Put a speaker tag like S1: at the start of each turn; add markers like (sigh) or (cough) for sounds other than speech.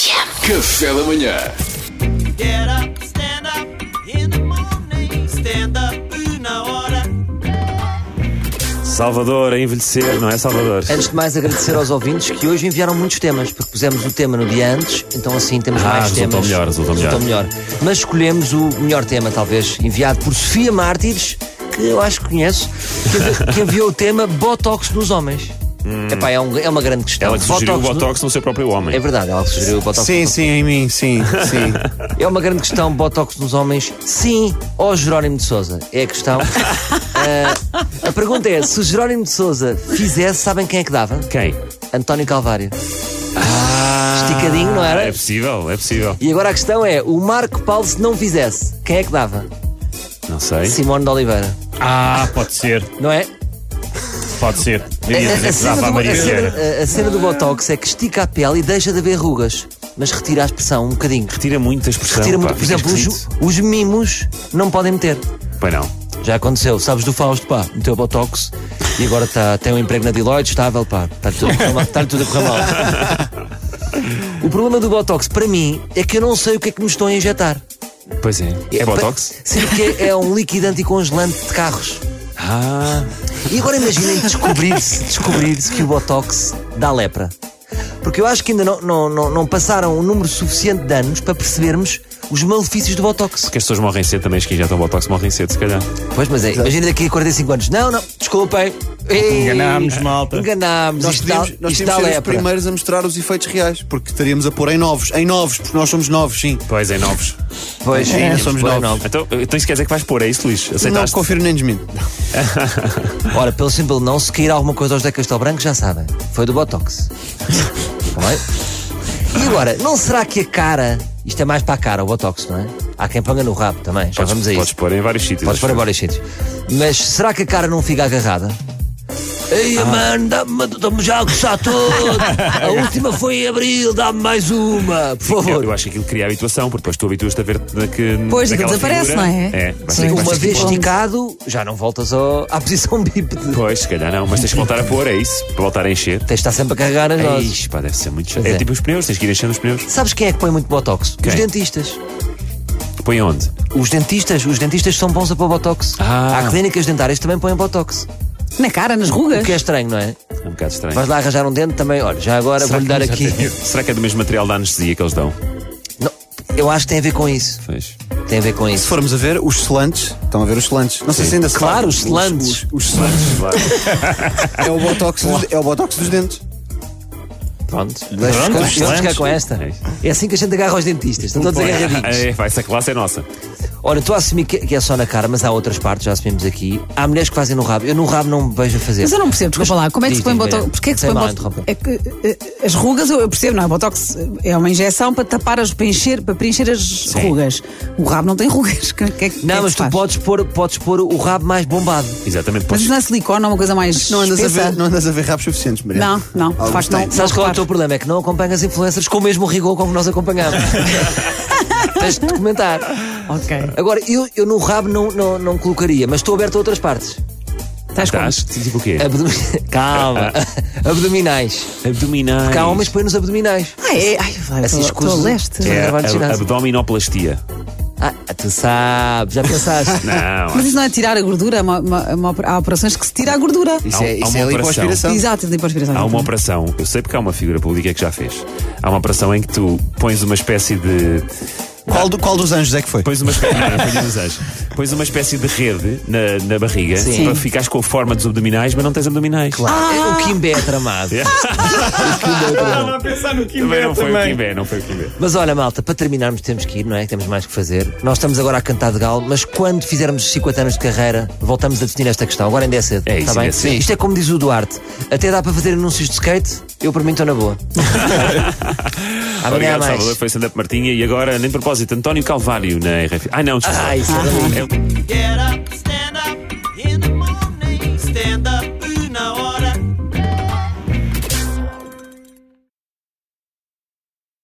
S1: Café da manhã.
S2: Get up, stand up in the morning. Stand up na hora.
S3: Salvador a envelhecer, não é Salvador?
S4: Antes de mais, agradecer aos ouvintes que hoje enviaram muitos temas, porque pusemos o tema no dia antes, então assim temos
S3: Ah,
S4: mais
S3: resultou
S4: temas.
S3: melhor, resultou melhor.
S4: Mas escolhemos o melhor tema, talvez, enviado por Sofia Mártires, que eu acho que conheço, que, que enviou o tema Botox nos homens. Epá, é, um- é uma grande questão.
S3: Hum. Ela que sugeriu o
S4: no-
S3: Botox no seu próprio
S4: É
S3: homem.
S4: verdade, ela que sugeriu o Botox.
S5: Sim, sim, em mim, sim, sim.
S4: (laughs) É uma grande questão, Botox nos homens, sim ou Jerónimo de Souza? É a
S3: (laughs)
S4: questão. Ah, a pergunta é, se o Jerónimo de Souza fizesse, sabem quem é que dava?
S3: Quem?
S4: António Calvário. Esticadinho, não
S3: Ah,
S4: era?
S3: é possível, é possível.
S4: E agora a questão é: o Marco Paulo, se não fizesse, quem é que dava?
S3: Não sei.
S4: Simone de Oliveira.
S6: Ah, pode ser,
S4: Não é?
S6: pode ser. Eu ia
S4: A-
S6: dizer
S4: a,
S6: que
S4: cena
S6: dava a
S4: do,
S6: Maria
S4: a cena-
S6: Vieira.
S4: a- a cena do Botox é que estica a pele e deixa de haver rugas, mas retira a expressão um bocadinho.
S3: Retira muita expressão.
S4: Retira muito.
S3: pá,
S4: Por
S3: fica
S4: exemplo, os,
S3: esquisito.
S4: os mimos não podem meter.
S3: Pois não.
S4: Já aconteceu, sabes do Fausto, pá, meteu Botox e agora tá, tem um emprego na Deloitte, estável, pá, está-lhe tudo, a correr mal- está-lhe tudo a
S3: (laughs)
S4: correr mal. O problema do Botox, para mim, é que eu não sei o que é que me estão a injetar.
S3: Pois é. É
S4: pa-
S3: Botox?
S4: Sim, porque é um líquido anticongelante de carros.
S3: Ah,
S4: E agora imaginem descobrir-se descobrir que o Botox dá lepra. Porque eu acho que ainda não, não, não, não passaram um número suficiente de anos para percebermos os malefícios do Botox.
S3: que as pessoas morrem cedo também, as que injetam Botox morrem cedo, se calhar.
S4: Pois, mas é, imagina daqui a 45 anos. Não, não, desculpem. Ei,
S6: Enganámos, malta.
S4: Enganámos.
S5: Nós
S4: isto dá,
S5: tínhamos, nós
S4: isto
S5: tínhamos
S4: dá
S5: de ser os
S4: lepra.
S5: primeiros a mostrar os efeitos reais, porque estaríamos a pôr em novos, em novos, porque nós somos novos, sim.
S3: Pois é, novos.
S4: Pois,
S5: Sim,
S4: é,
S5: somos
S4: pois
S5: novos.
S4: não.
S3: Então, então isso quer dizer que vais pôr, é isso, Luís?
S5: Não
S3: Aceitaste?
S5: confiro nem desminto.
S4: Ora, pelo simples não, se cair alguma coisa aos da Castelo Branco, já sabem. Foi do Botox. Está bem? E agora, não será que a cara. Isto é mais para a cara, o Botox, não é? Há quem ponga no rabo também, já
S3: Podes,
S4: vamos a
S3: podes
S4: isso.
S3: pôr em vários sítios.
S4: Podes pôr embora os sítios. Mas será que a cara não fica agarrada? Ei, mano, dá-me, dá-me já a coçar todo! A última foi em abril, dá-me mais uma, por
S3: Eu,
S4: favor!
S3: eu acho que aquilo cria habituação, porque depois tu habituas-te a ver na que.
S7: Pois,
S3: naquela
S7: desaparece,
S3: figura.
S7: não é?
S3: É, vai
S4: Sim,
S3: ter- vai
S4: uma
S3: ter-
S4: vez
S7: ponto.
S4: esticado, já não voltas ao- à posição (laughs) bípede. Tens
S3: Pois, se calhar não, mas tens que voltar a pôr, é isso? Para voltar a encher.
S4: de estar sempre a carregar
S3: É
S4: as nozes.
S3: Eish, pá, deve ser muito chato.
S4: É Pois
S3: É,
S4: é.
S3: tipo os pneus, tens que ir enchendo os pneus.
S4: Sabes quem é que põe muito Botox? Os
S3: Quem?
S4: dentistas.
S3: Põe onde?
S4: Os dentistas, os dentistas são bons a pôr Botox.
S3: Ah.
S4: Há clínicas dentárias que também põem Botox.
S7: Na cara, nas rugas.
S4: O que é estranho, não é?
S3: É um bocado estranho.
S4: Vais lá arranjar um dente também, olha, já agora
S3: Será
S4: vou-lhe
S3: que
S4: dar
S3: já
S4: aqui.
S3: tem- (laughs) Será que é do mesmo material da anestesia que eles dão?
S4: Não, eu acho que tem a ver com isso.
S3: Pois.
S4: Tem a ver com
S5: Se
S4: isso.
S5: formos a ver, os selantes, estão a ver os selantes. Não sei se ainda se
S4: Claro,
S5: fazem.
S4: os selantes.
S5: Os, os selantes.
S3: (laughs)
S5: é, o botox dos, é o botox dos dentes.
S4: Pronto.
S6: Pronto,
S4: Vamos
S6: excelente.
S4: ficar com esta.
S3: É isso.
S4: É assim que a gente agarra aos dentistas. Estão todos agarradinhos.
S3: (laughs) É, vai, essa classe é nossa.
S4: Olha, estou a assumir que que é só na cara, mas há outras partes, já assumimos aqui. Há mulheres que fazem no rabo. Eu no rabo não me vejo a fazer.
S7: Mas eu não percebo, desculpa lá, como é que
S4: Diz,
S7: se põe
S4: diz,
S7: botox?
S4: Vera.
S7: Porquê é que se
S4: Sei
S7: põe
S4: lá,
S7: botox?
S4: interrompe.
S7: É que, eh, eh, as rugas eu eu percebo, não é? Botox é uma injeção para tapar as, para encher, para preencher as rugas. O rabo não tem rugas. (laughs) Que, que, que é
S4: Não,
S7: que
S4: mas
S7: se
S4: tu
S7: faz?
S4: podes pôr, podes pôr o rabo mais bombado.
S3: Exatamente.
S7: Mas
S3: Podes...
S7: isso não é silicone, é uma coisa mais.
S5: Não andas, a
S7: espessa?
S5: ver, não andas a ver rabos suficientes, Maria.
S7: Não, não, de
S5: Alguns
S7: facto
S5: têm.
S7: não.
S4: Sabes qual é o
S7: reparo.
S4: teu problema? É que não acompanhas influencers com o mesmo rigor com que nós
S7: (laughs)
S4: acompanhamos. Tens de comentar.
S7: Ok.
S4: Agora, eu, eu no rabo não, não, não colocaria, mas estou aberto a outras partes.
S7: Estás com.
S3: Estás? Tipo o quê?
S4: Abdom- (laughs)
S7: (laughs)
S4: Calma. Abdominais.
S7: É
S3: Abdominais.
S4: é Porque há homens que põem nos abdominais.
S7: Ah, é? Ai, vai,
S4: Assim
S7: tô-
S4: escuso.
S7: tô a leste.
S4: É.
S3: É,
S4: trabalho de
S3: ab-
S4: ginásio.
S3: abdominoplastia.
S4: Ah, tu sabes, já pensaste.
S7: (laughs)
S3: Não,
S7: Mas isso não é tirar a gordura, é uma- uma- uma- há operações que se tira a gordura.
S5: Isso
S3: Há-
S5: é,
S3: há
S5: isso
S3: uma
S5: é
S3: operação.
S5: lipoaspiração.
S7: Exato, tipo, de
S3: Há uma operação, eu sei porque há uma figura pública que já fez. Há uma operação em que tu pões uma espécie de.
S5: Qual, do- qual dos anjos é que foi?
S3: Pões uma espécie, (laughs) não, não ponho nos anjos. pões uma espécie de rede na, na barriga
S4: Sim.
S3: para ficares com a forma dos abdominais, mas não tens abdominais. (laughs) Claro.
S7: Ah!
S4: É o Kimbé é tramado.
S6: Estava a pensar no
S3: Também não foi o
S6: também.
S3: Kimbé, não foi o Kimbé.
S4: Mas olha, malta, para terminarmos temos que ir, não é? Temos mais que fazer. Nós estamos agora a cantar de galo, mas quando fizermos os 50 anos de carreira, voltamos a definir esta questão. Agora ainda é cedo.
S3: É isso,
S4: está
S3: ainda
S4: bem?
S3: é cedo.
S4: Isto é como diz o Duarte: até dá para fazer anúncios de skate, eu para mim estou
S3: (laughs)
S4: na boa. Amanhã há
S3: Obrigado,
S4: mais.
S3: Salvador. Foi stand-up Martinha. E agora, nem de propósito, António Calvário na RF. Ah, não, desculpa.
S4: Ah, isso
S3: É-
S4: é
S2: Get up.